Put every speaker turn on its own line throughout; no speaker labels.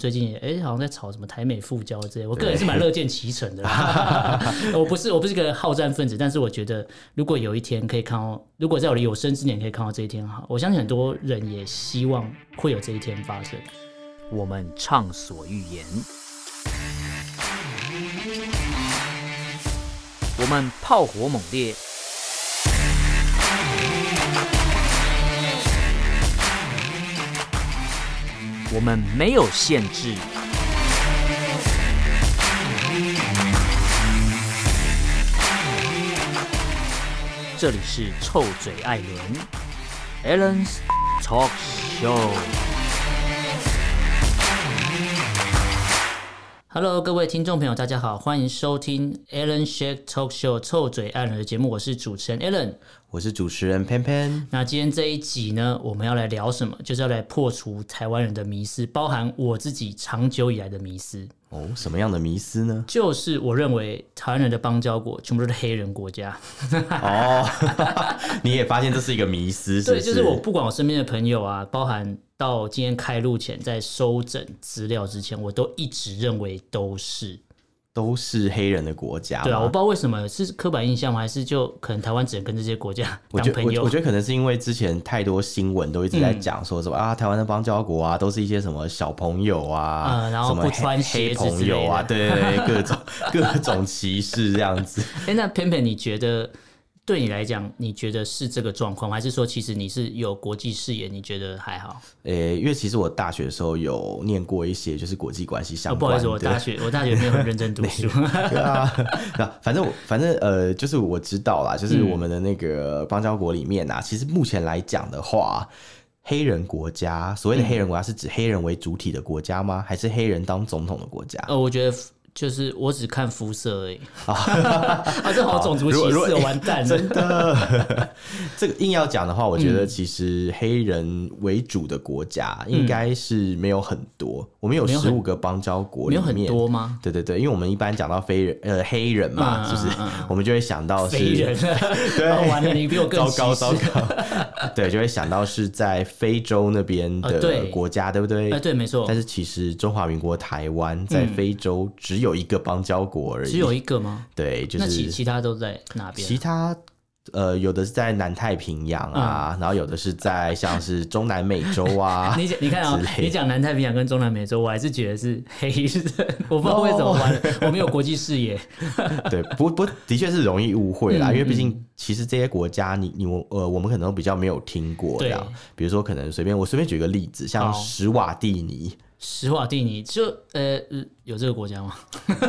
最近也哎、好像在炒什么台美复交之类，我个人是蛮乐见其成的啦。我不是我不是个好战分子，但是我觉得如果有一天可以看到，如果在我的有生之年可以看到这一天，好，我相信很多人也希望会有这一天发生。
我们畅所欲言，我们炮火猛烈，我们没有限制。这里是臭嘴艾伦 a l l e n s Talk Show。
Hello，各位听众朋友，大家好，欢迎收听 Alan Shake Talk Show 臭嘴艾伦的节目，我是主持人 Alan。
我是主持人潘潘，
那今天这一集呢，我们要来聊什么？就是要来破除台湾人的迷思，包含我自己长久以来的迷思，？
哦，什么样的迷思 呢
就是我认为台湾人的邦交国全部都是黑人国 家。
哦，你也发现这是一个迷思，是不
对，就是我不管我身边的朋友啊，包含到今天开录前，在收整资料之前，我都一直认为都是。
都是黑人的国家吗，
对啊，我不知道为什么是刻板印象吗？还是就可能台湾只能跟这些国家
我
当
觉得
朋
我
友？嗯
我觉得可能是因为之前太多新闻都一直在讲说什么、啊，台湾的邦交国啊，都是一些什么小朋友啊，
嗯然后
什么
不
黑
穿鞋
黑
子之
朋
类的
友啊，对对对，各种 各种歧视这样子。
哎、那偏偏你觉得对你来讲，你觉得是这个状况，还是说其实你是有国际视野，你觉得还好？
呃、因为其实我大学的时候有念过一些就是国际关系
哦、
相
不好
关
意
的，
思，我大学我大学没有很认真读 书。
对啊，那反正我反正呃，就是我知道啦，就是我们的那个邦交国里面啊，其实目前来讲的话，黑人国家所谓的黑人国家是指黑人为主体的国家吗？还是黑人当总统的国家？
呃，我觉得就是我只看肤色 而已。啊，这好种族歧
如果如
视，
果
完蛋
真
了。
的，这个硬要讲的话，我觉得其实黑人为主的国家应该是没有很多，我们有
没有
十
很
五个邦交 国
没
里
有
面，
很多吗？
对对对，因为我们一般讲到非人呃黑人嘛，
嗯
是不是
嗯嗯嗯
我们就会想到是
非人，
对，
哦完了你比我更
糟糕
歧
糟
视
糕， 对，就会想到是在非洲那边
呃
的
对
国家，对不对？
哎，对，没错
但，是其实中华民国台湾在非洲只有一个邦交国而已，
只有一个吗？
对，就
那
是
其其他都在哪边
其
啊？
他呃有的是在南太平洋啊，然后有的是在像是中南美洲啊，
嗯 你讲，你看啊、
之类的
你讲南太平洋跟中南美洲，我还是觉得是黑人，我不知道为什么
哦
完了，我没有国际视野。
对，不不，的确是容易误会
嗯
啦，因为毕竟其实这些国家你，你我呃，我们可能都比较没有听过这样
对。
比如说，可能随便我随便举个例子，像
好
史瓦蒂尼，
史瓦蒂尼就呃有这个国家吗？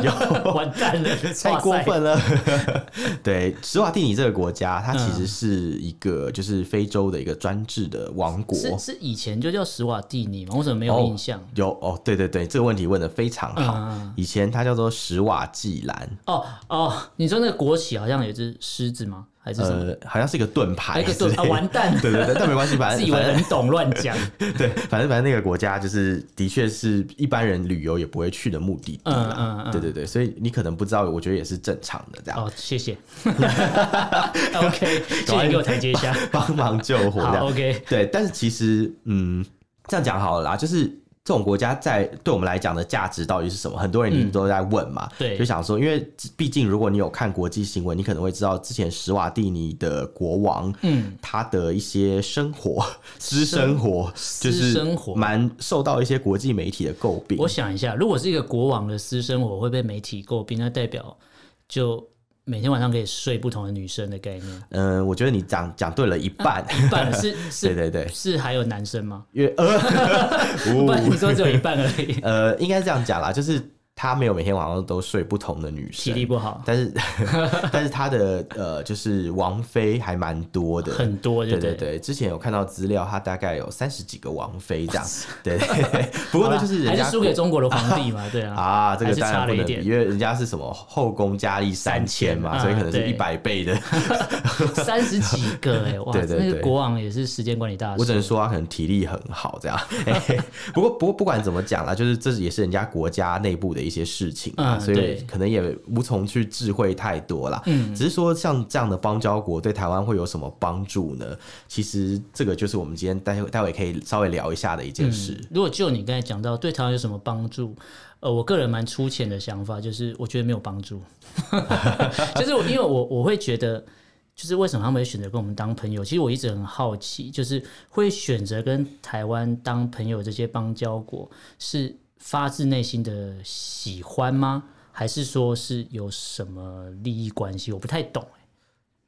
有
完蛋了，
太过
哇塞！嗯
分了。 对，史瓦蒂尼这个国家，它其实是一个就是非洲的一个专制的王国。
是是以前就叫史瓦蒂尼吗？我怎么没有印象？
有哦，对对对，这个问题问的非常好。
嗯
以前它叫做史瓦济兰，
哦哦，你说那个国旗好像有只狮子吗？还是什么？
呃，好像是一个盾
还
牌
有一个
之类
盾啊，
的，
完蛋！
对对对，但没关系，反
自
正
以
反
为
正
很懂，乱 讲。
对，反正反正那个国家就是的确是一般人旅游也不会去的目的地啦。
嗯嗯嗯
对对对，所以你可能不知道，我觉得也是正常的这样。
哦，谢 谢。OK，谢谢你给我台阶 下。
帮忙救火这
好
样。
，OK，
对，但是其实，嗯，这样讲好了啦，就是这种国家在对我们来讲的价值到底是什么？很多人一定都在问嘛，
嗯对
就想说，因为毕竟如果你有看国际新闻，你可能会知道之前史瓦蒂尼的国王，
嗯，
他的一些生活、私生活，就
私
是
生活
蛮受到一些国际媒体的诟病。
我想一下，如果是一个国王的私生活会被媒体诟病，那代表就每天晚上可以睡不同的女生的概 念。
嗯，我觉得你讲讲对了一半，
一半是是，
对对对
是还有男生吗？
因为呃，
不然你
哦
说只有一半而已，
呃，应该这样讲啦，就是他没有每天晚上都睡不同的女
体
生，
力不好，
但是 但是他的呃，就是王妃还蛮多的。
很多就
对对
对。
对，之前有看到资料，他大概有三十几个王妃 这样。对 对对，不过呢，
好
就
啦
是人
还是
家
输给中国的皇帝嘛，对 啊。
啊，这
还
个
是
当
差了
然不
一
能比，
点
因为人家是什么后宫佳丽三千嘛，
三千
所以可能
啊
是
对
一百倍的。
三十几个哎、哇，
对对
那个
对
国王也是时间管理大师。
我只能说他可能 体力很好这样。不过不过不管怎么讲啦，就是这也是人家国家内部的一一些事情啊，
嗯
所
对
以可能也无从去智慧太多啦。嗯，只是说像这样的邦交国对台湾会有什么帮助呢？其实这个就是我们今天待会待会可以稍微聊一下的一件事。
如果就你刚才讲到对台湾有什么帮助，呃，我个人蛮粗浅的想法就是，我觉得没有帮助。 就是我因为我我会觉得，就是为什么他们会选择跟我们当朋友？其实我一直很好奇，就是会选择跟台湾当朋友这些邦交国，是发自内心的喜欢吗？还是说是有什么利益关系？我不太懂、
呃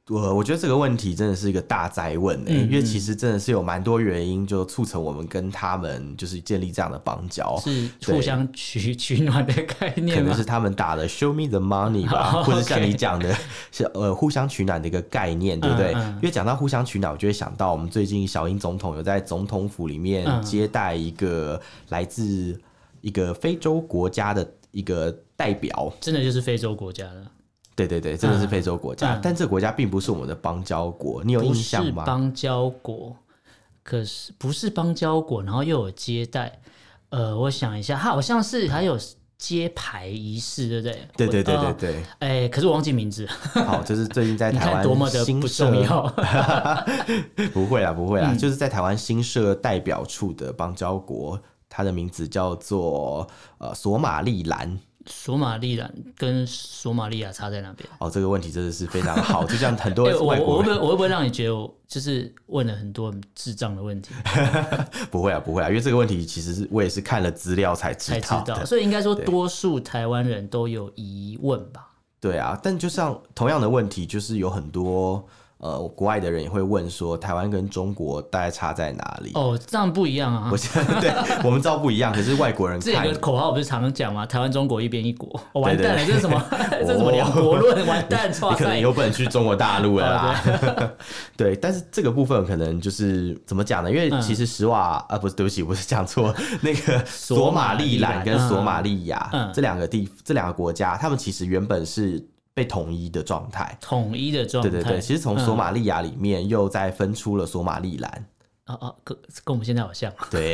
我我觉得这个问题真的是一个大灾问诶、因为其实真的是有蛮多原因，就促成我们跟他们就是建立这样的邦交。
是
哦对
互相取取暖的概
可
念
能
吗？
是他们打的 “show me the money” 吧，
好
或者像
OK
你讲的，是呃互相取暖的一个概念，对不对？
嗯嗯
因为讲到互相取暖，我就会想到我们最近小英总统有在总统府里面
嗯
接待一个来自一个非洲国家的一个代表，
真的就是非洲国家了，
对对对，真的是非洲国家，
嗯
但这个国家并不是我们的邦交国，你有印
不
象
是
吗？
邦交国，可是不是邦交国，然后又有接待，呃，我想一下，它好像是还有揭牌仪式，对不对？
对对对
我
对
哦
对，
哎、可是我忘记名字，
好，就是最近 在
你
台
看
湾
多么的
新
不
设
重要。
不会啦，
嗯
不会啦，就是在台湾新设代表处的邦交国，它的名字叫做呃索马利兰。
索马利兰跟索马利亚差在哪边？
哦，这个问题真的是非常 好，就像很
哎、
多
我
外
我
国
会不
人、
会我会不会让你觉得我就是问了很多很智障的问题
不会啊，不会啊，因为这个问题其实是我也是看了资料才 知
才知
道的。
道？所以应该说多数台湾人都有疑问吧？
对啊，但就像同样的问题，就是有很多呃国外的人也会问说，台湾跟中国大概差在哪里？
哦，这样不一样啊
我！现在对我们知道不一样，可是外 国人
这有
看
个口号不是常常讲吗？台湾、中国一边一国，哦完蛋了，
对对对哦
这是什 么？这是什么两国论？完蛋，
你
哇
可能
塞！哦
有本去中国大陆了啦。 对，但是这个部分可能就是怎么讲呢？因为
嗯
其实实瓦、啊，不是，对不起，我是讲错， 那个索马利兰跟索马利亚、
嗯
这两个地，这两个国家，他们其实原本是被统一的状态。
统一的状态，嗯
对对对，其实从索马利亚里面又再分出了索马利兰，
哦哦，跟跟我们现在好像，
对，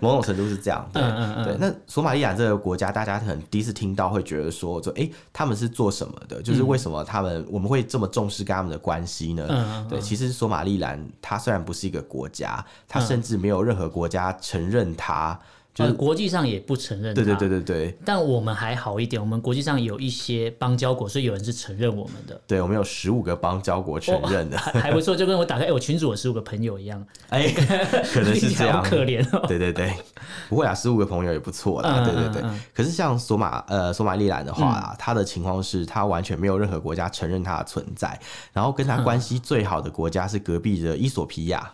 某种程度是这样。 对、
嗯嗯嗯
对，那索马利亚这个国家，大家可能第一次听到会觉得说，就哎、诶他们是做什么的？就是为什么他们、我们会这么重视跟他们的关系呢？
嗯嗯嗯
对，其实索马利兰它虽然不是一个国家，它
嗯
甚至没有任何国家承认它。
呃，国际上也不承认，
对对对。对对
但我们还好一点，我们国际上有一些邦交国，所以有人是承认我们 的，
对，我们有十五个邦交国承认的，
还还不错。就跟我打开哎我群主有十五个朋友一样，
哎、可 能是
听起
这
来
样
好。可怜哦。
对对对，不会啊，十五个朋友也不错啦。
嗯
对对对，
嗯嗯嗯
可是像索马呃索马利兰的话啦，它的情况是它完全没有任何国家承认它的存在，然后跟它关系最好的国家是隔壁的伊索皮亚。
啊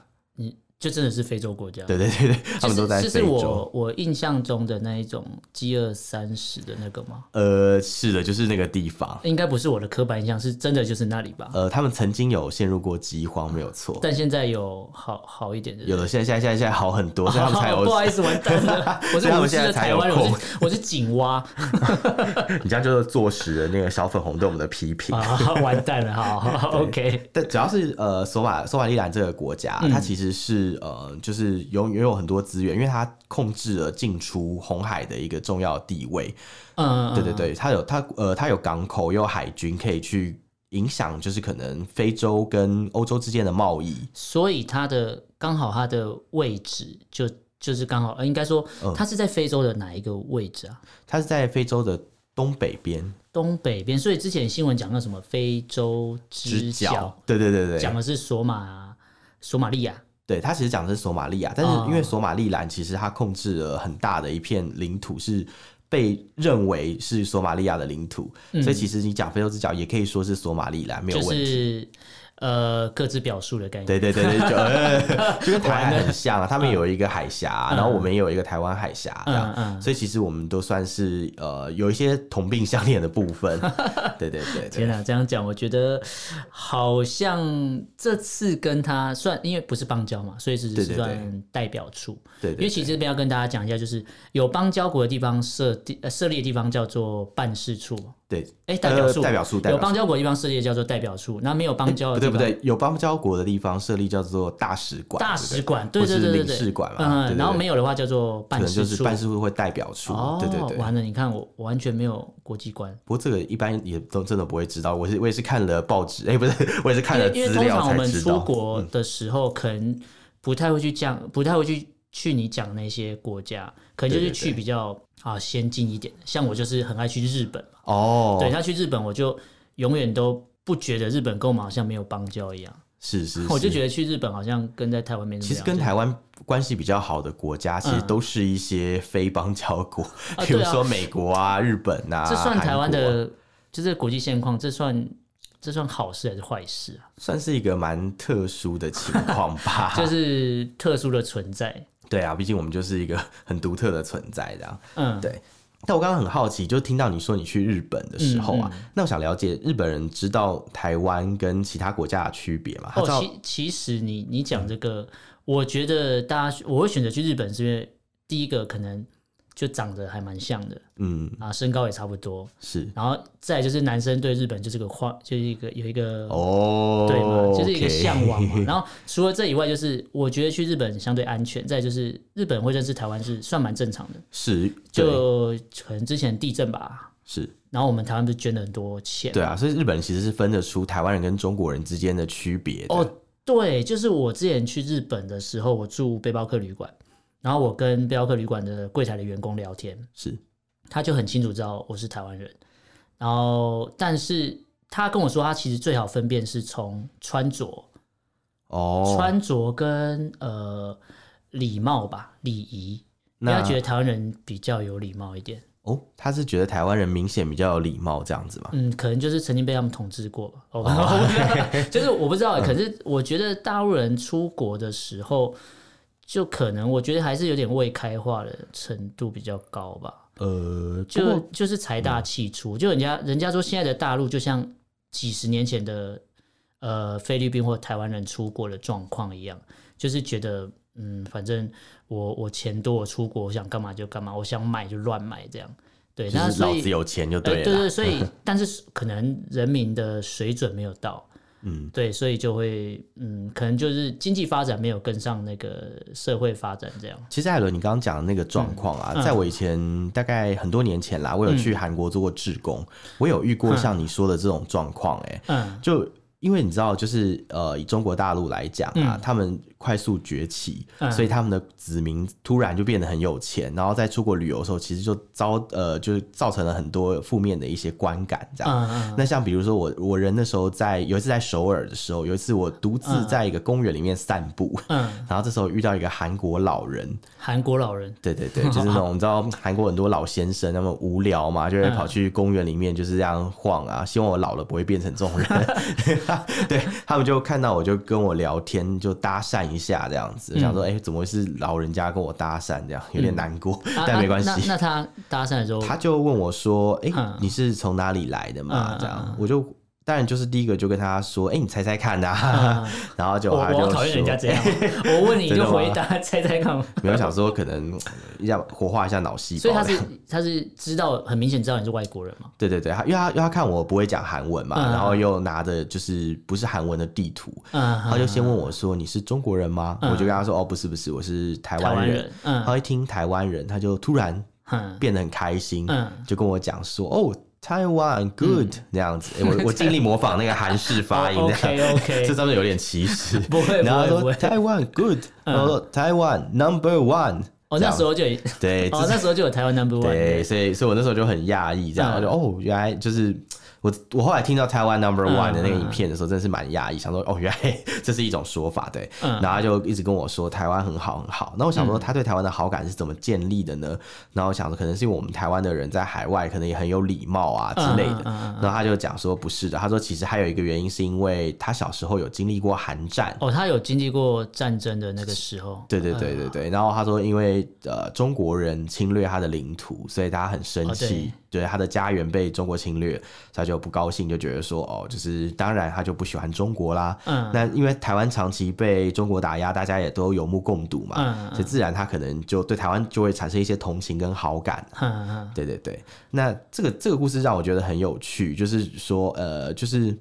就真的是非洲国家，
对对对对，他
就是
们都在
就
非
是
洲。
我我印象中的那一种饥饿三十的那个吗？
呃，是的，就是那个地方。
应该不是我的刻板印象，是真的就是那里吧？
呃，他们曾经有陷入过饥荒，没有错。
但现在有好好一点的，
有的现在现在现在现在好很多，所以他们 才
哦不好
有。
意思，完蛋了，我是
所以他
无
们
知
现在
的
才
台
有
湾人，我
空
是我是井蛙
你这样就是坐实了那个小粉红对我们的批评。
啊，完蛋了，好好好，OK，
但主要是呃，索马索马利兰这个国
嗯
家，它其实是呃，就是拥拥有很多资源，因为它控制了进出红海的一个重要地位。
嗯，
对对对，它有它呃，它有港口，也有海军，可以去影响，就是可能非洲跟欧洲之间的贸易。
所以它的刚好它的位置就就是刚好，呃应该说
嗯
它是在非洲的哪一个位置啊？
它是在非洲的东北边
东北边，所以之前新闻讲到什么非洲之
之
角
角，。对对对
讲
对，
的是索马索马利亚，
对，它其实讲的是索马利亚，但
哦
是因为索马利兰其实它控制了很大的一片领土是。被认为是索马利亚的领土，所以其实你讲非洲之角也可以说是索马利兰，没有
嗯就
问题。
是呃各自表述的概念。
对对对对，就、 呃、就跟台海很像啊，他们
嗯
有一个海峡，然后我们也有一个台湾海峡，这样，
嗯嗯
所以其实我们都算是呃有一些同病相怜的 部分。对对
天
对对，
哪，这样讲，我觉得好像这次跟他算，因为不是邦交嘛，所以只
对
是
对对
算代表处。
对对
因为其实这边要跟大家讲一下，就是有邦交国的地方设地呃设立的地方叫做办事处，
对，
哎，代表处，
呃代表处代
有
表处
邦交国的地方设立的叫做代表处，那没有邦交
不
的
对
地
不对？有邦交国的地方设立叫做大使馆，
大使馆，对
或
对
是
对对
领
对，
事馆嘛，
嗯，然后没
有，
有的话叫做
可
办
能就
事
是
处，
办事处或代表处，
哦，
对对对。
完了，你看我我完全没有国际观，
不过这个一般也都真的不会知道，我是我也是看了报纸， 哎、不是，我也是看了
因为
资
因为通
料
常我
才
们
知
出
道。嗯
国的时候，可能不太会去讲，不太会去去你讲那些国家，可能就
对
是
对
去
对
比较啊先进一点的。像我就是很爱去日本嘛，
哦，
对，那去日本我就永远都不觉得日本跟我们好像没有邦交一样，
是是是，
我就觉得去日本好像跟在台湾没什么
其
两
实
样。
跟台湾关系比较好的国家，其实
嗯
都是一些非邦交国，
啊
比如
对啊
说美国啊、日本啊，
这算台湾
韩国啊，
的，就是国际现况，这算这算好事还是坏事啊？
算是一个蛮特殊的情况 吧。
就是特殊的存在，
对啊，毕竟我们就是一个很独特的存在，这样。
嗯，
对但我刚刚很好奇，就听到你说你去日本的时候啊，
嗯
那我想了解日本人知道台湾跟其他国家的区别吗？他知
哦，
道
其其实你你讲这个，我觉得大家我会选择去日本，是因为第一个可能就长得还蛮像的
嗯
啊，身高也差不多，
是
然后再来就是男生对日本就是个跨，就是一个有一个。
哦，
对嘛，就是一个
OK
向往嘛。然后除了这以外，就是我觉得去日本相对安全。再来就是日本会认识台湾是算蛮正常的，
是对
就可能之前地震吧，
是
然后我们台湾不是捐了很多钱？
对啊，所以日本人其实是分得出台湾人跟中国人之间的区别的。
哦，对，就是我之前去日本的时候，我住背包客旅馆，然后我跟背包客旅馆的柜台的员工聊天，
是
他就很清楚知道我是台湾人，然后但是他跟我说，他其实最好分辨是从穿着、
哦，
穿着跟呃礼貌吧，礼仪。因为
那
他觉得台湾人比较有礼貌一点，
哦，他是觉得台湾人明显比较有礼貌这样子嘛？
嗯，可能就是曾经被他们统治过吧，哦，我不知道， 就是我不知
嗯
道，可是我觉得大陆人出国的时候，就可能我觉得还是有点未开化的程度比较高吧，
呃，不
就
过嗯
就是财大气粗，就人家人家说现在的大陆就像几十年前的呃菲律宾或台湾人出国的状况一样，就是觉得嗯，反正我我钱多，我出国我想干嘛就干嘛，我想买就乱买这样，对，那
就是
所
老
以
子有钱就
哎
对
对
了啦。
对，所 以但是可能人民的水准没有到，
嗯，
对，所以就会嗯，可能就是经济发展没有跟上那个社会发展这样。
其实艾伦，你刚刚讲的那个状况啊，
嗯
在我以前大概很多年前啦，我有去韩国做过志工，我有遇过像你说的这种状况、欸，
嗯，
就。因为你知道，就是呃，以中国大陆来讲啊，
嗯
他们快速崛起，
嗯
所以他们的子民突然就变得很有钱，然后在出国旅游的时候，其实就遭呃，就是造成了很多负面的一些观感，这样。
嗯嗯
那像比如说我我人那时候在有一次在首尔的时候，有一次我独自在一个公园里面散步，
嗯，
然后这时候遇到一个韩国老人，
韩国老人，
对对 对，就是那种你知道韩国很多老先生，他们无聊嘛，就会跑去公园里面就是这样晃
嗯
啊，希望我老了不会变成这 种人。对他们就看到我就跟我聊天，就搭讪一下这样
嗯
子，想说哎、诶怎么会是老人家跟我搭讪这样，有点难过，
啊
但没关系、
啊那那他搭讪的时候，
他就问我说：“哎、
嗯
你是从哪里来的嘛
嗯？”嗯
这样，我就当然就是第一个就跟他说：“哎、你猜猜看 啊。然后就
我
他
我
就
好讨厌人家
说
这样，我 问你你
真的
就
吗
回答，猜猜 看。
没有想说可能一下活化一下脑细
所以
胞
他
这
是
样。
他是知道很明显知道你是外国人嘛？
对对对，他因为他因为他看我不会讲韩文嘛，
嗯
然后又拿着就是不是韩文的地图，
嗯，
他就先问我说：“你是中国人吗？”我就跟他说：“哦，不是不是，我是台
台湾
湾人。
人，
他
嗯
一听台湾人，他就突然
嗯，
变得很开心，
嗯
就跟我讲说：“哦，Taiwan good、那样子。欸我我尽力模仿那个韩式发音，这
哦 OK
样
OK，
这上面有点歧视。
不会
然后他
不会不
说
会嗯
Taiwan good，然后说 Taiwan number one。
哦
这
那
样
时候就有
对，
哦
这
那时候就有台湾 number one，
对，所以所以我那时候就很讶异，这样、
嗯
我就哦，原来就是。我我后来听到台湾 Number One
嗯
的那个
嗯
影片的时候，真的是蛮讶异，想说哦，原来这是一种说法，对。
嗯
然后他就一直跟我说台湾很好很好，那我想说他对台湾的好感是怎么建立的呢？然后我想说可能是因为我们台湾的人在海外可能也很有礼貌啊之类的
嗯嗯嗯。
然后他就讲说不是的，他说其实还有一个原因是因为他小时候有经历过韩战，
哦，他有经历过战争的那个时候，
对对对对对，然后他说，因为呃中国人侵略他的领土，所以他很生
哦
气，对他的家园被中国侵略，他就不高兴，就觉得说哦，就是当然他就不喜欢中国啦。
嗯
那因为台湾长期被中国打压，大家也都有目共睹嘛，
嗯嗯
所以自然他可能就对台湾就会产生一些同情跟好感。
嗯嗯，
对对对，那这个这个故事让我觉得很有趣，就是说，呃，就是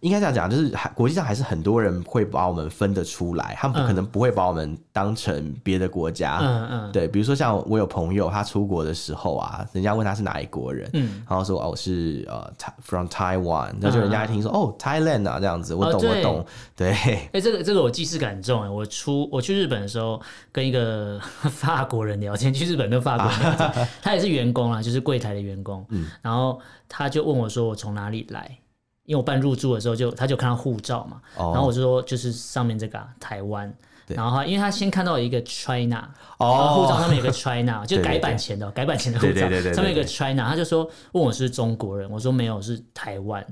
应该这样讲，就是还国际上还是很多人会把我们分得出来，他们不可能不会把我们当成别的国家。
嗯嗯，
对，比如说像我有朋友，他出国的时候啊，人家问他是哪一国人，
嗯
然后说哦我是呃 Ta- from Taiwan，那就人家一听说、哦 Thailand 啊这样子，
嗯
我
哦
懂、
对
我懂，对，
哎、这个这个我既视感很重哎！我出我去日本的时候，跟一个 法国人聊天，去日本跟法国人聊 天，他也是员工啦，就是柜台的员工。
嗯
然后他就问我说我从哪里来，因为我办入住的时候就他就看到护照嘛，
哦
然后我就说就是上面这个、啊、台湾。
对
然后他，因为他先看到一个 China，然后护照
哦，
上面有个 China，就
对对
改版前的哦改版前的护
对
照
对对对对
上面有个 China，他就说问我是不是中国人，我说没有，是台湾。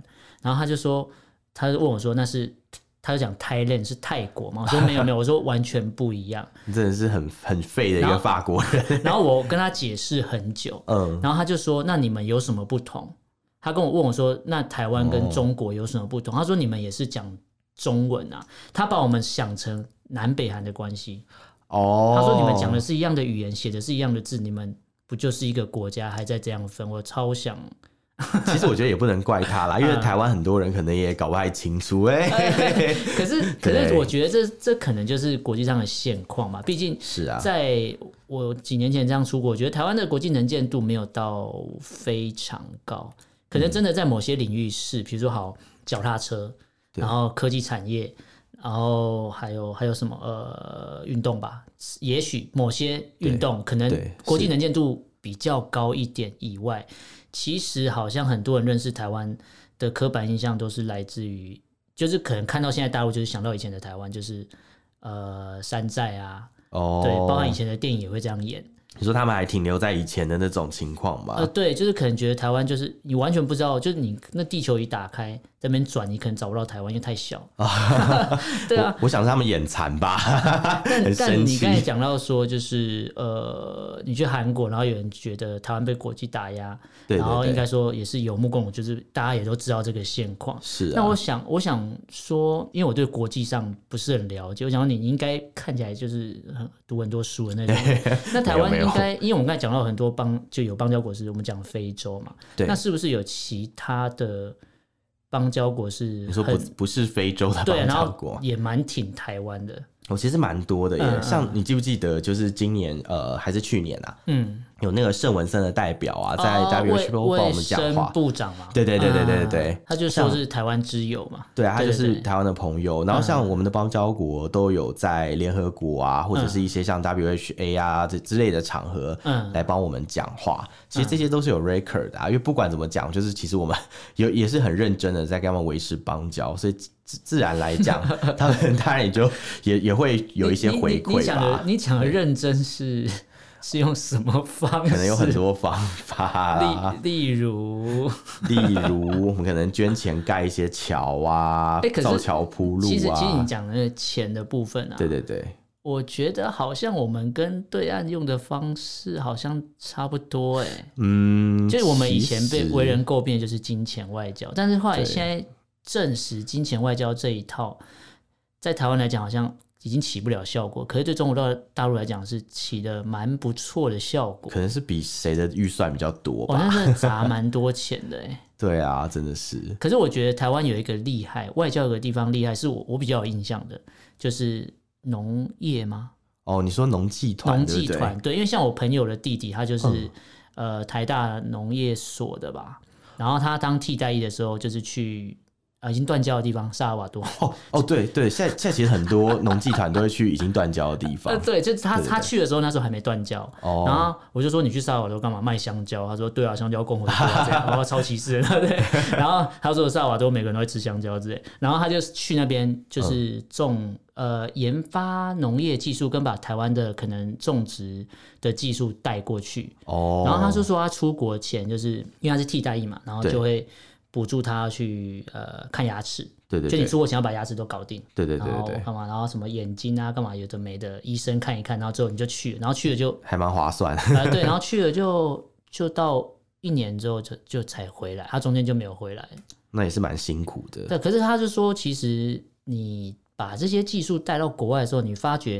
然后他就说，他就问我说那是，他就讲 Thailand 是泰国嘛？我 说没有没有，我说完全不一样。
你真的是很很废的一
然
个
后
法国人，
然后我跟他解释很久，
嗯，
然后他就说那你们有什么不同？他跟我问我说那台湾跟中国有什么不同？他说你们也是讲中文啊，他把我们想成南北韩的关系。
哦，
他说你们讲的是一样的语言，写的是一样的字，你们不就是一个国家，还在这样分？我超想，
其实我觉得也不能怪他啦，因为
嗯
台湾很多人可能也搞不太清楚哎、
可是可
对
是我觉得这这可能就是国际上的现况嘛。毕竟
是啊，
在我几年前这样出国，我觉得台湾的国际能见度没有到非常高，可能真的在某些领域是，比如说好脚踏车，
对
然后科技产业。然后还有还有什么呃运动吧，也许某些运动可能
对
国际
是
能见度比较高一点以外，其实好像很多人认识台湾的刻板印象都是来自于，就是可能看到现在大陆就是想到以前的台湾就是呃山寨啊，
哦，
对，包含以前的电影也会这样演。
你说他们还停留在以前的那种情况吧？
呃，对，就是可能觉得台湾就是你完全不知道，就是你那地球仪打开在那边转，你可能找不到台湾，因为太小。 对 啊，
我我想是他们眼 馋吧，很
但但
神
你
奇
刚才讲到说，就是呃，你去韩国，然后有人觉得台湾被国际打压，
对对
然后
对
应该说也是有目共睹，就是大家也都知道这个现况。
是
那
啊
我，想，我想说，因为我对国际上不是很了解，我想说你你应该看起来就是呃读很多书的 那种。那台湾
没有
应该，因为我们刚才讲到很多邦，就有邦交国是我们讲非洲嘛，
对
那是不是有其他的邦交国是
你说不
很
不是非洲的
对，
邦
然
交
后
国，啊
也蛮挺台湾的，
我、其实蛮多的耶。
嗯嗯
像你记不记得，就是今年呃还是去年啊，
嗯，
有那个盛文森的代表啊，在
哦
WHO
卫
帮我们讲
卫生
话。
部长嘛，
对对对对对对
嗯
对
他就说是台湾之友嘛，
对啊，他就
对
是
对嗯
台湾的朋友。然后像我们的邦交国都有在联合国啊，或者是一些像 WHA 啊这之类的场合，
嗯
来帮我们讲话。其实这些都是有 record 的啊，因为不管怎么讲，就是其实我们 有也是很认真的在跟他们维持邦交，所以自自然来讲， 他们当然也就也也会有一些
你你
回
你你
馈
讲
吧
的。你讲的认真是是用什么方式？
可能有很多啊方法啦，
例例 如，
例如我们可能捐钱盖一些桥啊
哎可，是
造桥铺路
其实其实你
啊，
讲的那个钱的部分啊，
对对对。
我觉得好像我们跟对岸用的方式好像差不多哎、
嗯，
就是我们以前被
其实
为人诟病的就是金钱外交，但是后来
对
现在证实金钱外交这一套，在台湾来讲好像已经起不了效果，可是对中国大大陆来讲是起的蛮不错的效果
可。能是比谁的预算比较多
哦，
吧。
那真的砸蛮多钱的哎、
对啊，真的是
可是我觉得台湾有一个厉害，外交有个地方厉害，是我我比较有印象的，就是农业吗？
哦。你说农技团，
农技
对不对
团对，因为像我朋友的弟弟，他就是、
嗯
呃台大农业所的吧，然后他当替代役的时候，就是去呃已经断交的地方萨尔瓦多，
哦哦，对对，现在现在其实很多 农技团都会去已经断交的地方
呃， 对，就是他
对对
他
对
去的时候，那时候还没断交。
哦
然后我就说你去萨尔瓦多干嘛卖香蕉？他说对啊，香蕉供我的国啊这样，我超歧视的。对，然后他说萨尔瓦多每个人都会吃香蕉之类。然后他就去那边就是
嗯
种、呃研发农业技术，跟把台湾的可能种植的技术带过去。
哦。
然后他就说他啊出国前就是因为他是替代役嘛，然后
对
就会补助他去呃看牙齿。
对对
就你哦
对
出国前要把牙齿都搞定，
对对对
然后
对对，
干嘛，然后什么眼睛啊，干嘛有的没的，医生看一看，然后之后你就去了，然后去了就
还蛮划算。
啊、对，然后去了就就到一年之后就就才回来，他中间就没有回来。
那也是蛮辛苦的。
对，可是他是说，其实你把这些技术带到国外的时候，你发觉，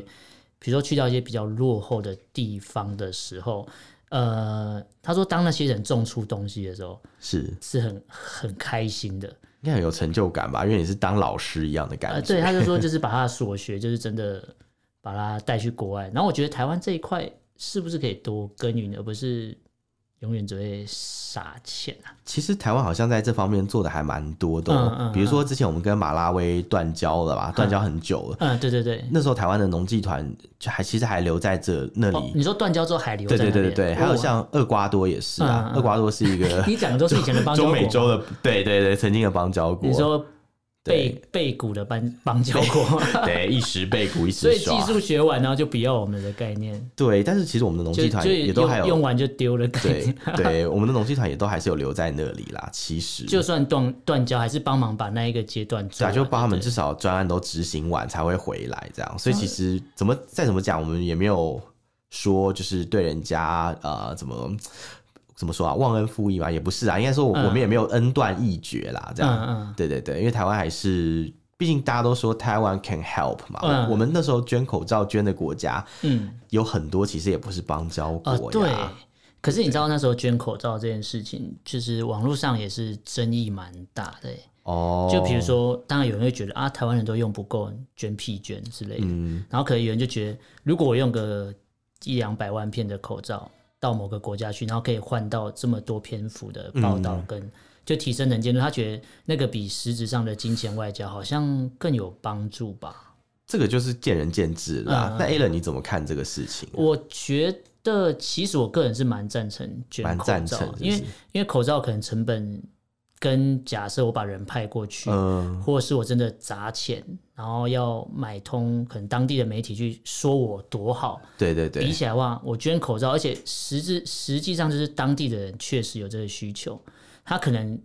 比如说去到一些比较落后的地方的时候。呃，他说，当那些人种出东西的时候，
是
是很很开心的，
应该很有成就感吧？因为你是当老师一样的感
呃，
觉。
对，他就说就是把他的所学，就是真的把他带去国外。然后我觉得台湾这一块是不是可以多耕耘，而不是永远只会撒钱啊？
其实台湾好像在这方面做的还蛮多的哦、
嗯嗯嗯
比如说之前我们跟马拉维断交了吧，断交很久了。
嗯，对对对。
那时候台湾的农技团就还其实还留在这那里。
哦，你说断交之后还留在
对
那
对
边
对对对，还有
哇
像厄瓜多也是啊，
嗯嗯嗯
厄瓜多是一 个
你讲的都是以前的邦交
中
国
美洲的，对对对，曾经的邦交国。
你说
对
背背骨的邦邦交国，
对，一时被鼓一
所
时
以技
爽。
术学完然后就不要我们的概念，
对，但是啊其实我们的农
就
技团
就
也都还
用用
有。
完就丢了概
对
念。
对，我们的农技团也都还是有留在那里啦。其 实
就算断断交，还是帮忙把那一个阶段做
对啊，
完。
就帮他们
对嗯
至少专案都执行完才会回来，这样。所以其实怎么再怎么讲，我们也没有说就是对人家呃怎么怎么说啊，忘恩负义嘛，也不是啊，应该说我、
嗯
我们也没有恩断义绝啦，这样。
嗯嗯
对对对，因为台湾还是。毕竟大家都说台湾 can help 嘛，
嗯
我们那时候捐口罩捐的国家
嗯
有很多，其实也不是邦交国
呃
呀。
对。可是你知道那时候捐口罩这件事情，就是网络上也是争议蛮大的欸、
哦，
就比如，说，当然有人会觉得啊，台湾人都用不够，捐屁捐之类的。
嗯，
然后可能有人就觉得，如果我用个一两百万片的口罩到某个国家去，然后可以换到这么多篇幅的报道
嗯
跟，就提升能见度，他觉得那个比实质上的金钱外交好像更有帮助吧？
这个就是见仁见智啦
嗯。嗯
那 Alan 你怎么看这个事情？啊
我觉得其实我个人是蛮赞成捐
蛮
口
赞
罩
成
的，，
是不
因为
是
因为口罩可能成本跟假设我把人派过去，
嗯，
或者是我真的砸钱，然后要买通可能当地的媒体去说我多好，
对对
比
对，
起来的话，我捐口罩，而且实质实际上就是当地的人确实有这个需求，他可能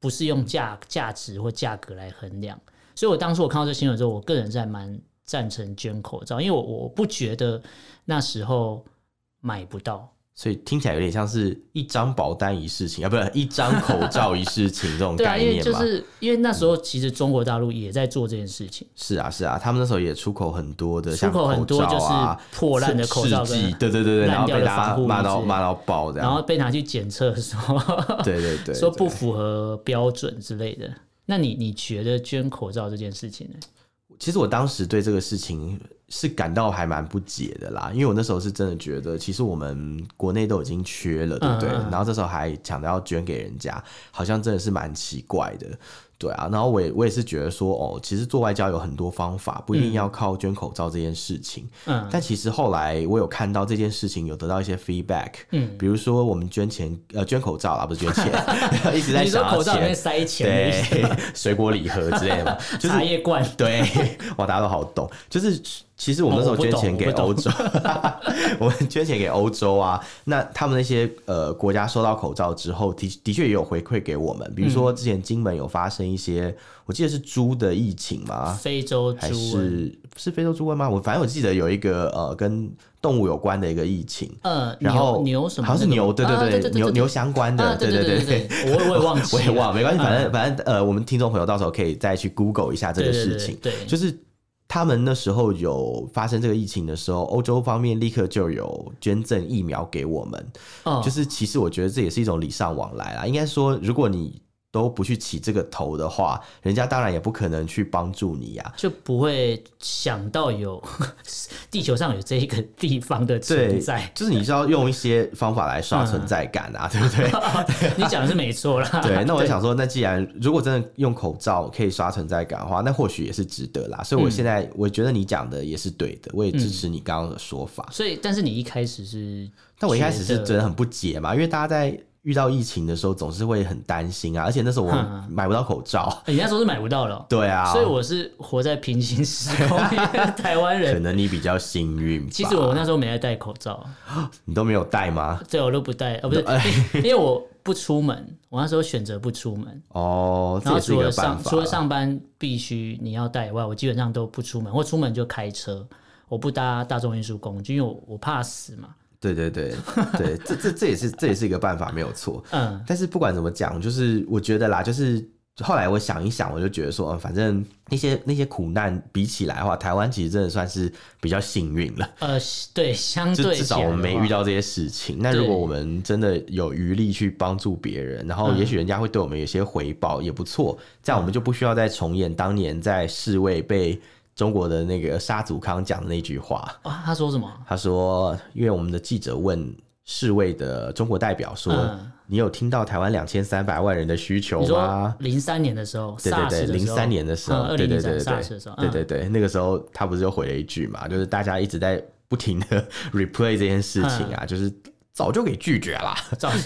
不是用价价值或价格来衡量。所以我当时我看到这新闻之后，我个人是还蛮赞成捐口罩，因为我我不觉得那时候买不到。
所以听起来有点像是一张保单一事情啊，不是一张口罩一事情这 种
对啊，
概
因为
念嗯
就
嘛。
是因为那时候其实中国大陆也在做这件事情，
是啊，是啊，他们那时候也出口很多的，
出
像
口很多
口
就是
罩啊
破烂的口罩
试剂
跟
对对对对，然
烂
后
掉
被
的
大家
防护
骂
衣
到
之类
骂到爆这
然
样。
后被拿去检测说，
对对对，
说
对
不符合标准之类的。那你你觉得捐口罩这件事情呢？
其实我当时对这个事情是感到还蛮不解的啦，因为我那时候是真的觉得，其实我们国内都已经缺了，对不对？
嗯嗯嗯
然后这时候还抢着要捐给人家，好像真的是蛮奇怪的，对啊。然后我也我也是觉得说，哦，其实做外交有很多方法，不一定要靠捐口罩这件事情。
嗯
但其实后来我有看到这件事情有得到一些 feedback，
嗯
比如说我们捐钱，呃，捐口罩啦，不是捐钱， 一直在
你说
想要
口罩里面
钱，
塞钱的意思，
对，水果礼盒之类的嘛，就是
茶叶罐，
对，哇，大家都好懂。就是其实我们那时候
哦我不
捐
懂
钱给
我不懂
欧洲，我们捐钱给欧洲啊，那他们那些呃国家收到口罩之后，的的确也有回馈给我们。比如
嗯
说之前金门有发生一些，我记得是猪的疫情嘛，
非洲
啊还
猪瘟，
是是非洲猪瘟吗？我反正我记得有一个呃跟动物有关的一个疫情。
呃，
然后
牛牛什么那个
好
吗？
像是牛，对
啊对
对牛牛相关的，
啊对
对
对对对，我我也忘记，
我也忘了，没关系，
嗯
反正反正呃，我们听众朋友到时候可以再去 Google 一下这个事情。
对对对对
就是他们那时候有发生这个疫情的时候，欧洲方面立刻就有捐赠疫苗给我们。
哦，
就是其实我觉得这也是一种礼尚往来啦。应该说，如果你都不去起这个头的话，人家当然也不可能去帮助你啊呀、
就不会想到有地球上有这一个地方的
对
存在，。
就是你是要用一些方法来刷
嗯
存在感啊，对不对？
你讲的是没错啦。
对，那我就想说，那既然如果真的用口罩可以刷存在感的话，那或许也是值得啦。所以我现在、我觉得你讲的也是对的，我也支持你刚刚的说法。
所以，但是你一开始是，
但我一开始是真的很不解嘛，因为大家在遇到疫情的时候总是会很担心啊，而且那时候我
嗯
买不到口罩，
人家说是买不到了哦，
对啊，
所以我是活在平行时空里的台湾
可
人。
能你比较幸运吧，
其实我那时候没在戴口罩，
你都没有戴吗？
对我都不戴，呃，不是，
哎
因为因为我不出门，我那时候选择不出门。
哦， 这
然后
也是一
除
个
了
办
上
法
除了
啦。
上班必须你要带以外，我基本上都不出门，或出门就开车，我不搭大众运输工具，因为我我怕死嘛。
对对对对，这这这也是这也是一个办法，没有错。
嗯
但是不管怎么讲，就是我觉得啦，就是后来我想一想，我就觉得说，嗯、反正那些那些苦难比起来的话，台湾其实真的算是比较幸运了。
呃， 对，相
就
对
至少
起来
我们
的
没
话
遇到这些事情。那如
对嗯
果我们真的有余力去帮助别人，然后也许人家会对我们有些回报，也不错。这样我们就不需要再重演当年在世卫被中国的那个沙祖康讲的那句话。
啊，他说什么？
他说，因为我们的记者问世卫的中国代表说：“
嗯
你有听到台湾两千三百万人的需求
你说
吗？”
零三年的时候，
对对
SARS
对，
的
零
时候
三年的时候，
嗯
对对
2003
对对
SARS 的时候，
对对
嗯
对，那个时候他不是又回了一句嘛，就是大家一直在不停的 replay 这件事情
嗯
啊，就是早就给拒绝啦。
造 成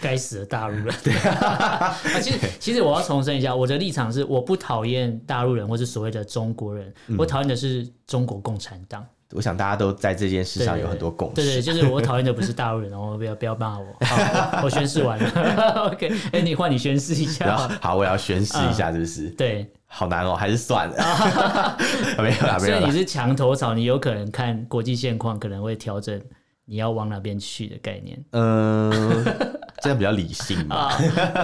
该死的大陆人。对 啊，其实其实我要重申一下，我的立场是我不讨厌大陆人或是所谓的中国人，
嗯
我讨厌的是中国共产党。
我想大家都在这件事
对
上
对
有很多共识。
对对，就是 我讨厌的不是大陆人哦，不要不要骂我，好我我宣誓完了。OK，哎、 你换你宣誓一
然
下
后。好，我要宣誓一
嗯
下，是不是？
对，
好难哦，还是算 了。 没有啦，没
虽
有
啊然你
啦。
是墙头草，你有可能看国际现况，可能会调整你要往哪边去的概念。
嗯， 这样比较理性嘛。
啊，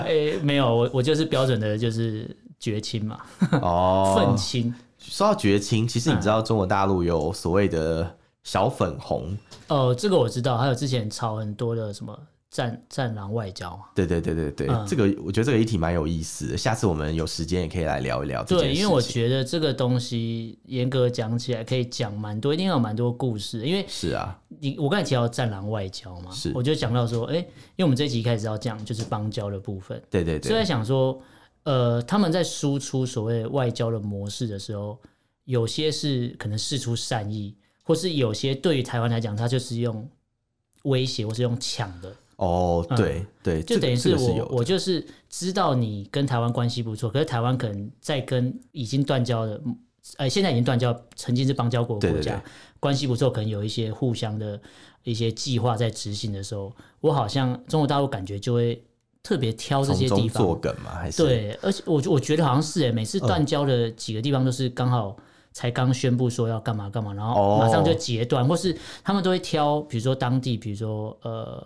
诶、没有，我我就是标准的，就是绝亲嘛，
哦，
愤青。
说到绝亲，其实你知道中国大陆有所谓的小粉红，
哦，这个我知道，还有之前炒很多的什么战战狼外交啊。
对对对对对，
嗯
这个我觉得这个议题蛮有意思的，下次我们有时间也可以来聊一聊这件
对，因
事
为
情
我觉得这个东西严格讲起来，可以讲蛮多，一定要有蛮多故事。因为
是啊，
你我刚才提到战狼外交嘛
是，
我就讲到说，哎、因为我们这一集一开始要讲就是邦交的部分，
对对
所以在
对，
想说，呃，他们在输出所谓外交的模式的时候，有些是可能事出善意，或是有些对于台湾来讲，他就是用威胁或是用抢的，
哦，
嗯
对对，
就
这个
等于
这
是
个
我、
是有的
我就是知道你跟台湾关系不错，可是台湾可能在跟已经断交的，呃，现在已经断交，曾经是邦交国的
对
国
对
家
对
关系不错，可能有一些互相的一些计划在执行的时候，我好像中国大陆感觉就会特别挑这
从
些地
中作
方，
梗嘛，还是嗯
对，而且我我觉得好像是哎，每次断交的几个地方都是刚好。才刚宣布说要干嘛干嘛，然后
哦
马上就截断，或是他们都会挑，比如说当地，比如说呃，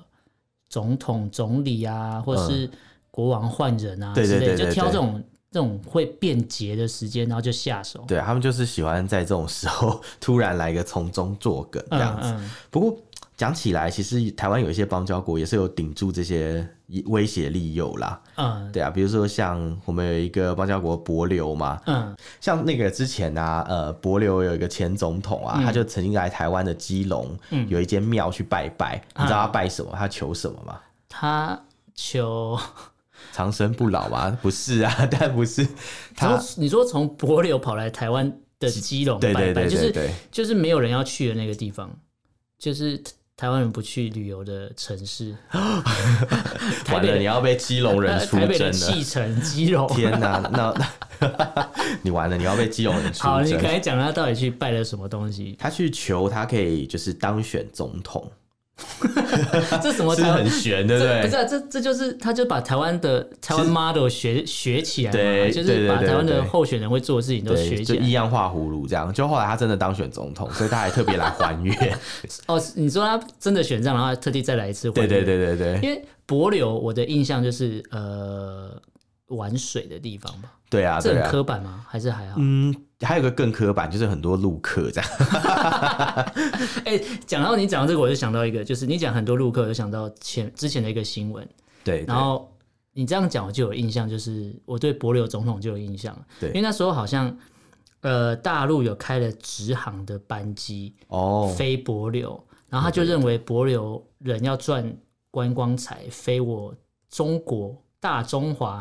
总统、总理啊，或是国王换人啊
嗯对
之
对
类的，
对对
就挑
对
这种这种会便捷的时间，然后就下手。
对他们就是喜欢在这种时候 突然来一个从中作梗这样
嗯
子。
嗯，
不过讲起来，其实台湾有一些邦交国也是有顶住这些威胁利诱啦，
嗯
对啊，比如说像我们有一个邦交国帛琉嘛，
嗯，
像那个之前啊，呃，帛琉有一个前总统
嗯
啊，他就曾经来台湾的基隆、有一间庙去拜拜，你知道他拜什么？他求什么
啊
吗？
他求，
长生不老吗？ 不是啊，但不是他
你，说你说从帛琉跑来台湾的基隆
对
拜
对
拜，
对
就
对
是
对，
就是没有人要去的那个地方，就是台湾人不去旅游的城市。台
完
北
了
的
你要被基隆人
呃
出
台北
征
的
了，
气城、基隆。
天哪、那 你完了，你要被基隆人出
好，你刚
征。
才讲他到底去拜了什么东 西？
他去求他可以就是当选总统，
这什么
是
台湾
很？悬，对不
这不
对
是、？啊、这这就是他就把台湾的台湾 model 学学起来嘛，
对
就
对
是
对
把
对
台湾的
对
候选人会做的事情都
对，
学起
就一
来。
样画葫芦这样。就后来他真的当选总统，所以他还特别来还 愿。
哦，你说他真的选上，然后他特地再来一次？
对对。对对对。
因为帛琉，我的印象就是呃玩水的地方吧，
对啊，
这
对
很
啊，
刻板吗？还是还好？
嗯，还有个更刻板，就是很多陆客这样。
哎、讲到你讲到这个，我就想到一个，就是你讲很多陆客，我就想到前之前的一个新闻，
对，对
然后你这样讲我就有印象，就是我对博流总统就有印象，
对
因为那时候好像呃大陆有开了直航的班机
哦，嗯
飞博流，然后他就认为博流人要赚观光财，飞我中国大中华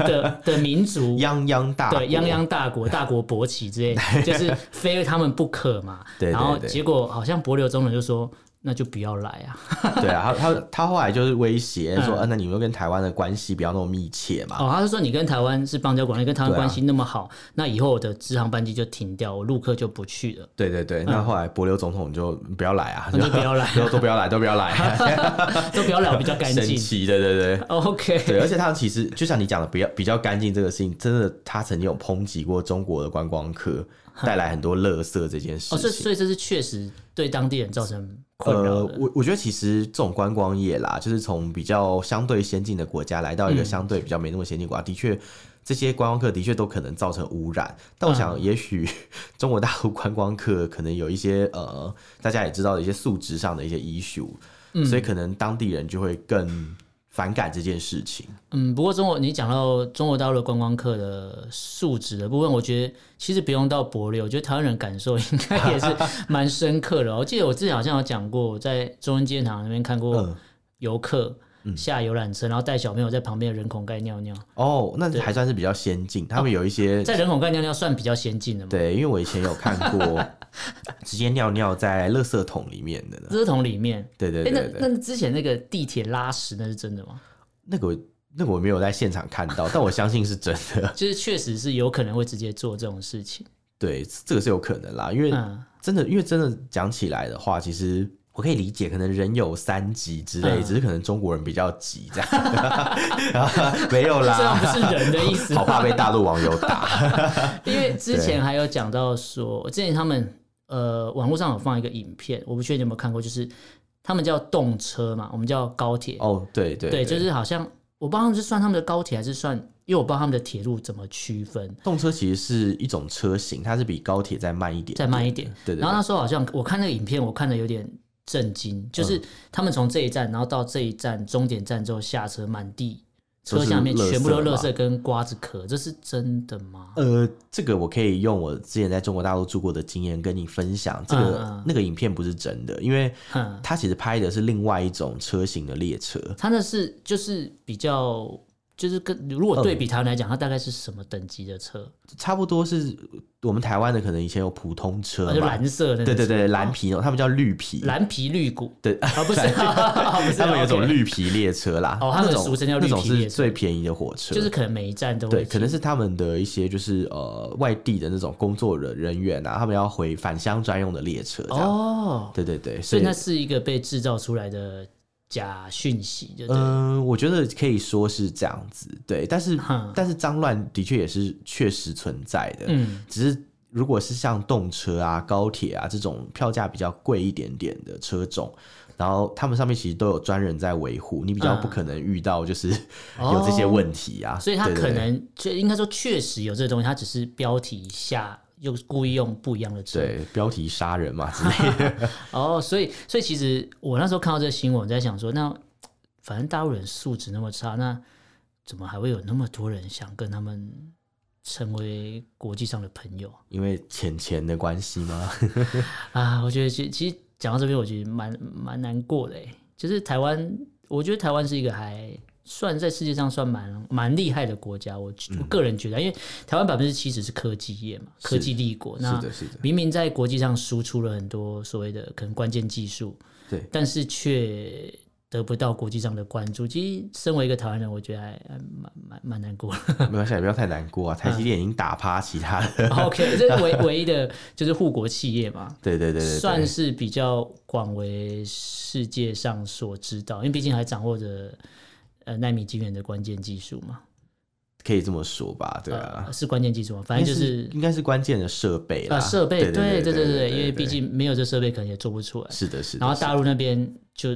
的 的民族。
泱泱大
对，
国
泱泱大国，大国勃起之类， 就是非他们不可嘛。
对对
然后
对
结果好像博流中人就说，那就不要来啊。
对啊，他他他后来就是威胁说，
嗯
啊，那你们跟台湾的关系不要那么密切嘛。
哦，他是说你跟台湾是邦交国，你跟台湾
对啊
关系那么好，那以后我的直航班机就停掉，我陆客就不去了。
对对对，那后来帛琉总统嗯就不要来啊，
那就不要来啊
都都不要来，都不要来啊，
都不要聊，比较干
生
净。
气，对对 对。对，啊
OK，
而且他其实就像你讲的，比较比较干净这个事情，真的，他曾经有抨击过中国的观光客带来很多垃圾这件事
哦，所以
情。
所以这是确实对当地人造成困扰
呃，
的。
我我觉得其实这种观光业啦，就是从比较相对先进的国家来到
嗯
一个相对比较没那么先进的国家，的确。这些观光客的确都可能造成污染，但
嗯
我想，也许 中国大陆观光客可能有一些呃，大家也知道的一些素质上的一些 issue，、所以
嗯
可能当地人就会更反感这件事情。
嗯，不过中国你讲到中国大陆的观光客的素质的部分，我觉得其实不用到博流，我觉得台湾人感受应该也是 蛮深刻的哦、我记得我之前好像有讲过，我在中央纪念堂那边看过
嗯
游客下游览车，然后带小朋友在旁边的人孔盖尿尿，
哦，那还算是比较先进，他们
哦
有一些、
在人孔盖尿尿算比较先进的嘛，
对，因为我以前有看过 直接尿尿在垃圾桶里面的呢。
垃圾桶里面。
对对
哎、
对对，
那那之前那个地铁拉屎那是真的吗？
那个我那个我没有在现场看到，但我相信是真的。
就是确实是有可能会直接做这种事情。
对，这个是有可能啦，因为
嗯，
真的，因为真的讲起来的话，其实。我可以理解，可能人有三急之类，
嗯
只是可能中国人比较急这样， 没有
这样
啦，
不是啊人的意思
好怕被大陆网友打。
因 为之前还有讲到说，之前他们呃网络上有放一个影片，我不确定你有没有看过，就是他们叫动车嘛，我们叫高铁，
哦，对对
对，就是好像我不知道他们是算他们的高铁还是算，因为我不知道他们的铁路怎么区分，
动车其实是一种车型，它是比高铁再慢一点，
再慢一点。
对对
然后
对
那时候好像我看那个影片，我看的有点震惊，就是
嗯
他们从这一站，然后到这一站终点站之后下车，满地
都
车
是
厢里面
垃圾
全部都
吧
垃圾跟瓜子壳，这是真的吗？
呃，这个我可以用我之前在中国大陆住过的经验跟你分享。这个、
嗯嗯
那个影片不是真的，因为
哼，
它其实拍的是另外一种车型的列车。
它那是就是比较。就是跟如果对比台湾来讲，它大概是什么等级的车？
差不多是我们台湾的可能以前有普通车
啊就
嘛，
蓝色的，
嗯对对，对，蓝皮那种，他们叫绿皮，
蓝皮绿骨，
对
啊不是， 啊不是，
他们有一种
OK，
绿皮列车啦，
哦他们
那种
俗称叫绿皮
那种
列
是
车
最便宜的火车，
就是可能每一站都
对，
会
可能是他们的一些就是呃外地的那种工作人人员啊，他们要回返乡专用的列车这样，
哦，
对对对，所
所以
以
那是一个被制造出来的假讯息，就对了。
嗯、我觉得可以说是这样子，对，但是
哼
但是脏乱的确也是确实存在的，
嗯
只是如果是像动车啊、高铁啊这种票价比较贵一点点的车种，然后他们上面其实都有专人在维护，你比较
嗯
不可能遇到就是
哦
有这些问题啊，
所以他
对对
可
对
能就应该说确实有这东西，他只是标题下又故意用不一样的车。
对标题杀人嘛 之类的，
哦，所以所以其实我那时候看到这个新闻，我在想说，那反正大陆人素质那么差，那怎么还会有那么多人想跟他们成为国际上的朋友
因为钱钱的关系吗？
啊？我觉得其其实讲到这边，我觉得蛮蛮难过的欸，就是台湾，我觉得台湾是一个还。算在世界上算蛮蛮厉害的国家，我我个人觉得，因为台湾百分之七十是科技业嘛，科
嗯是
技立国，
是
那
的，是的，
明明在国际上输出了很多所谓的可能关键技术，
对
但是却得不到国际上的关注。其实，身为一个台湾人，我觉得还还蛮蛮蛮难 过的。
没关系，也不要太难过啊，台积电已经打趴其他的，
OK，这是唯唯一的就是护国企业嘛，
对对对对对，
算是比较广为世界上所知道，因为毕竟还掌握着呃纳米晶圆的关键技术嘛，
可以这么说吧，对啊
呃，，是关键技术嘛，反正就是。
应该是关键的设备啦，
啊，设备
对
对对
对对
对，因为毕竟没有这设备，可能也做不出来。
是的，是的，
然后大陆那边就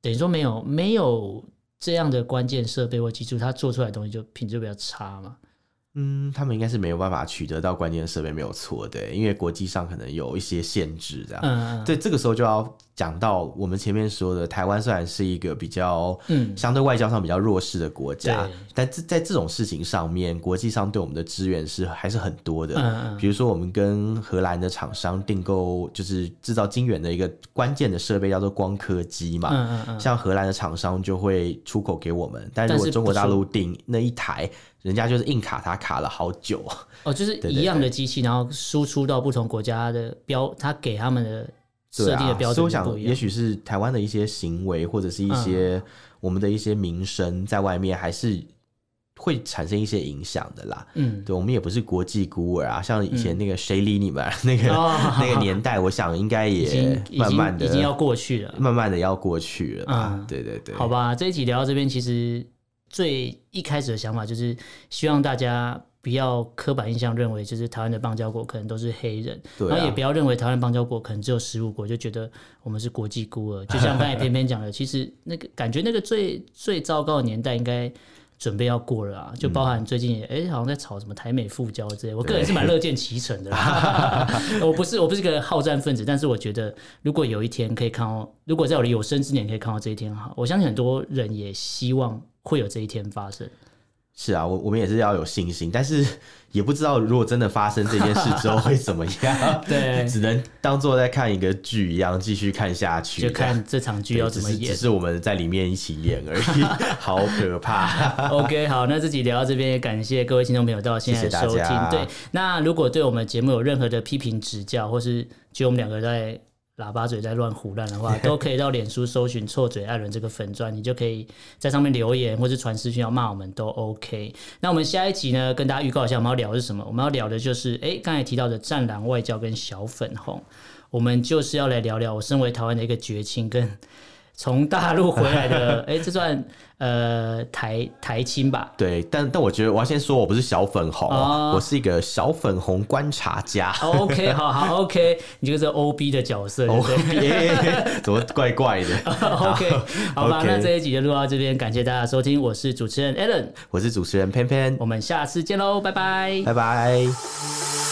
等于说没有没有这样的关键设备或技术，它做出来的东西就品质比较差嘛。
嗯，他们应该是没有办法取得到关键的设备，没有错，对，因为国际上可能有一些限制这样。
嗯，
对，这个时候就要讲到我们前面说的，台湾虽然是一个比较
嗯
相对外交上比较弱势的国家，
对
但这在这种事情上面，国际上对我们的支援是还是很多的。
嗯嗯
比如说，我们跟荷兰的厂商订购，就是制造晶圆的一个关键的设备，叫做光刻机嘛。
嗯嗯嗯，
像荷兰的厂商就会出口给我们，但如
但
果
是
中国大
不
陆订那一台，人家就是硬卡它卡了好久。
哦，就是
对
一样的机器，然后输出到不同国家的标，它给他们的
对
设定的标
啊、所以
准
我
就不
想，
一
也
样。嗯
许是台湾的一些行为，或者是一些我们的一些名声，在外面还是会产生一些影响的啦。
嗯，
对，我们也不是国际孤儿啊，像以前那个谁理你们啊、 那个、
哦
那个年代，我想应 该
已经
也
已
慢慢
经
的
已经要过去了。
慢慢的要过去了吧？
嗯
对对对，
好，吧，这一集聊到这边，其实最一开始的想法就是希望大家不不要刻板印象认为就是台湾的邦交国可能都是黑人，
对啊
然后也不要认为台湾邦交国可能只有十五国，就觉得我们是国际孤儿。就像 刚才偏偏讲的，其实那个感觉那个最最糟糕的年代应该。准备要过了啊，
嗯
就包含最近也哎、好像在吵什么台美复交之类，我个人是蛮乐见其成的啦。 我不是我不是个好战分子，但是我觉得如果有一天可以看到，如果在我的有生之年可以看到这一天，好，我相信很多人也希望会有这一天发生。
是啊，我我们也是要有信心，但是 也不知道如果真的发生这件事之后会怎么 样，
对
只能当做在看一个剧一样继续看下去，
就看这场剧
对
要怎么
只是只
演。
是我们在里面一起演而已， 好可怕。
OK，好，那这集聊到这边，也感谢各位听众朋友到现在的
谢谢大
收听。
家
对，那如果对我们节目有任何的批评指教，或是觉得我们两个在喇叭嘴在乱胡乱 的话，都可以到脸书搜寻“臭嘴艾伦”这个粉砖，你就可以在上面留言，或是传私讯要骂我们都 OK。那我们下一集呢，跟大家预告一下，我们要聊的是什么？我们要聊的就是，哎，刚才提到的战狼外交跟小粉红，我们就是要来聊聊我身为台湾的一个绝亲跟。从大陆回来 的，哎、这算呃台台青 吧？
对，但但我觉得我要先说，我不是小粉红，
哦
我是一个小粉红观察家。
Oh, OK，好好 OK，你就是 OB 的角色，对
哦
不对
耶怎么怪怪的？
？OK，好吧
OK
那这一集就录到这边，感谢大家的收听，我是主持人 Alan，
我是主持人偏偏
我，们下次见喽，拜拜
拜。拜。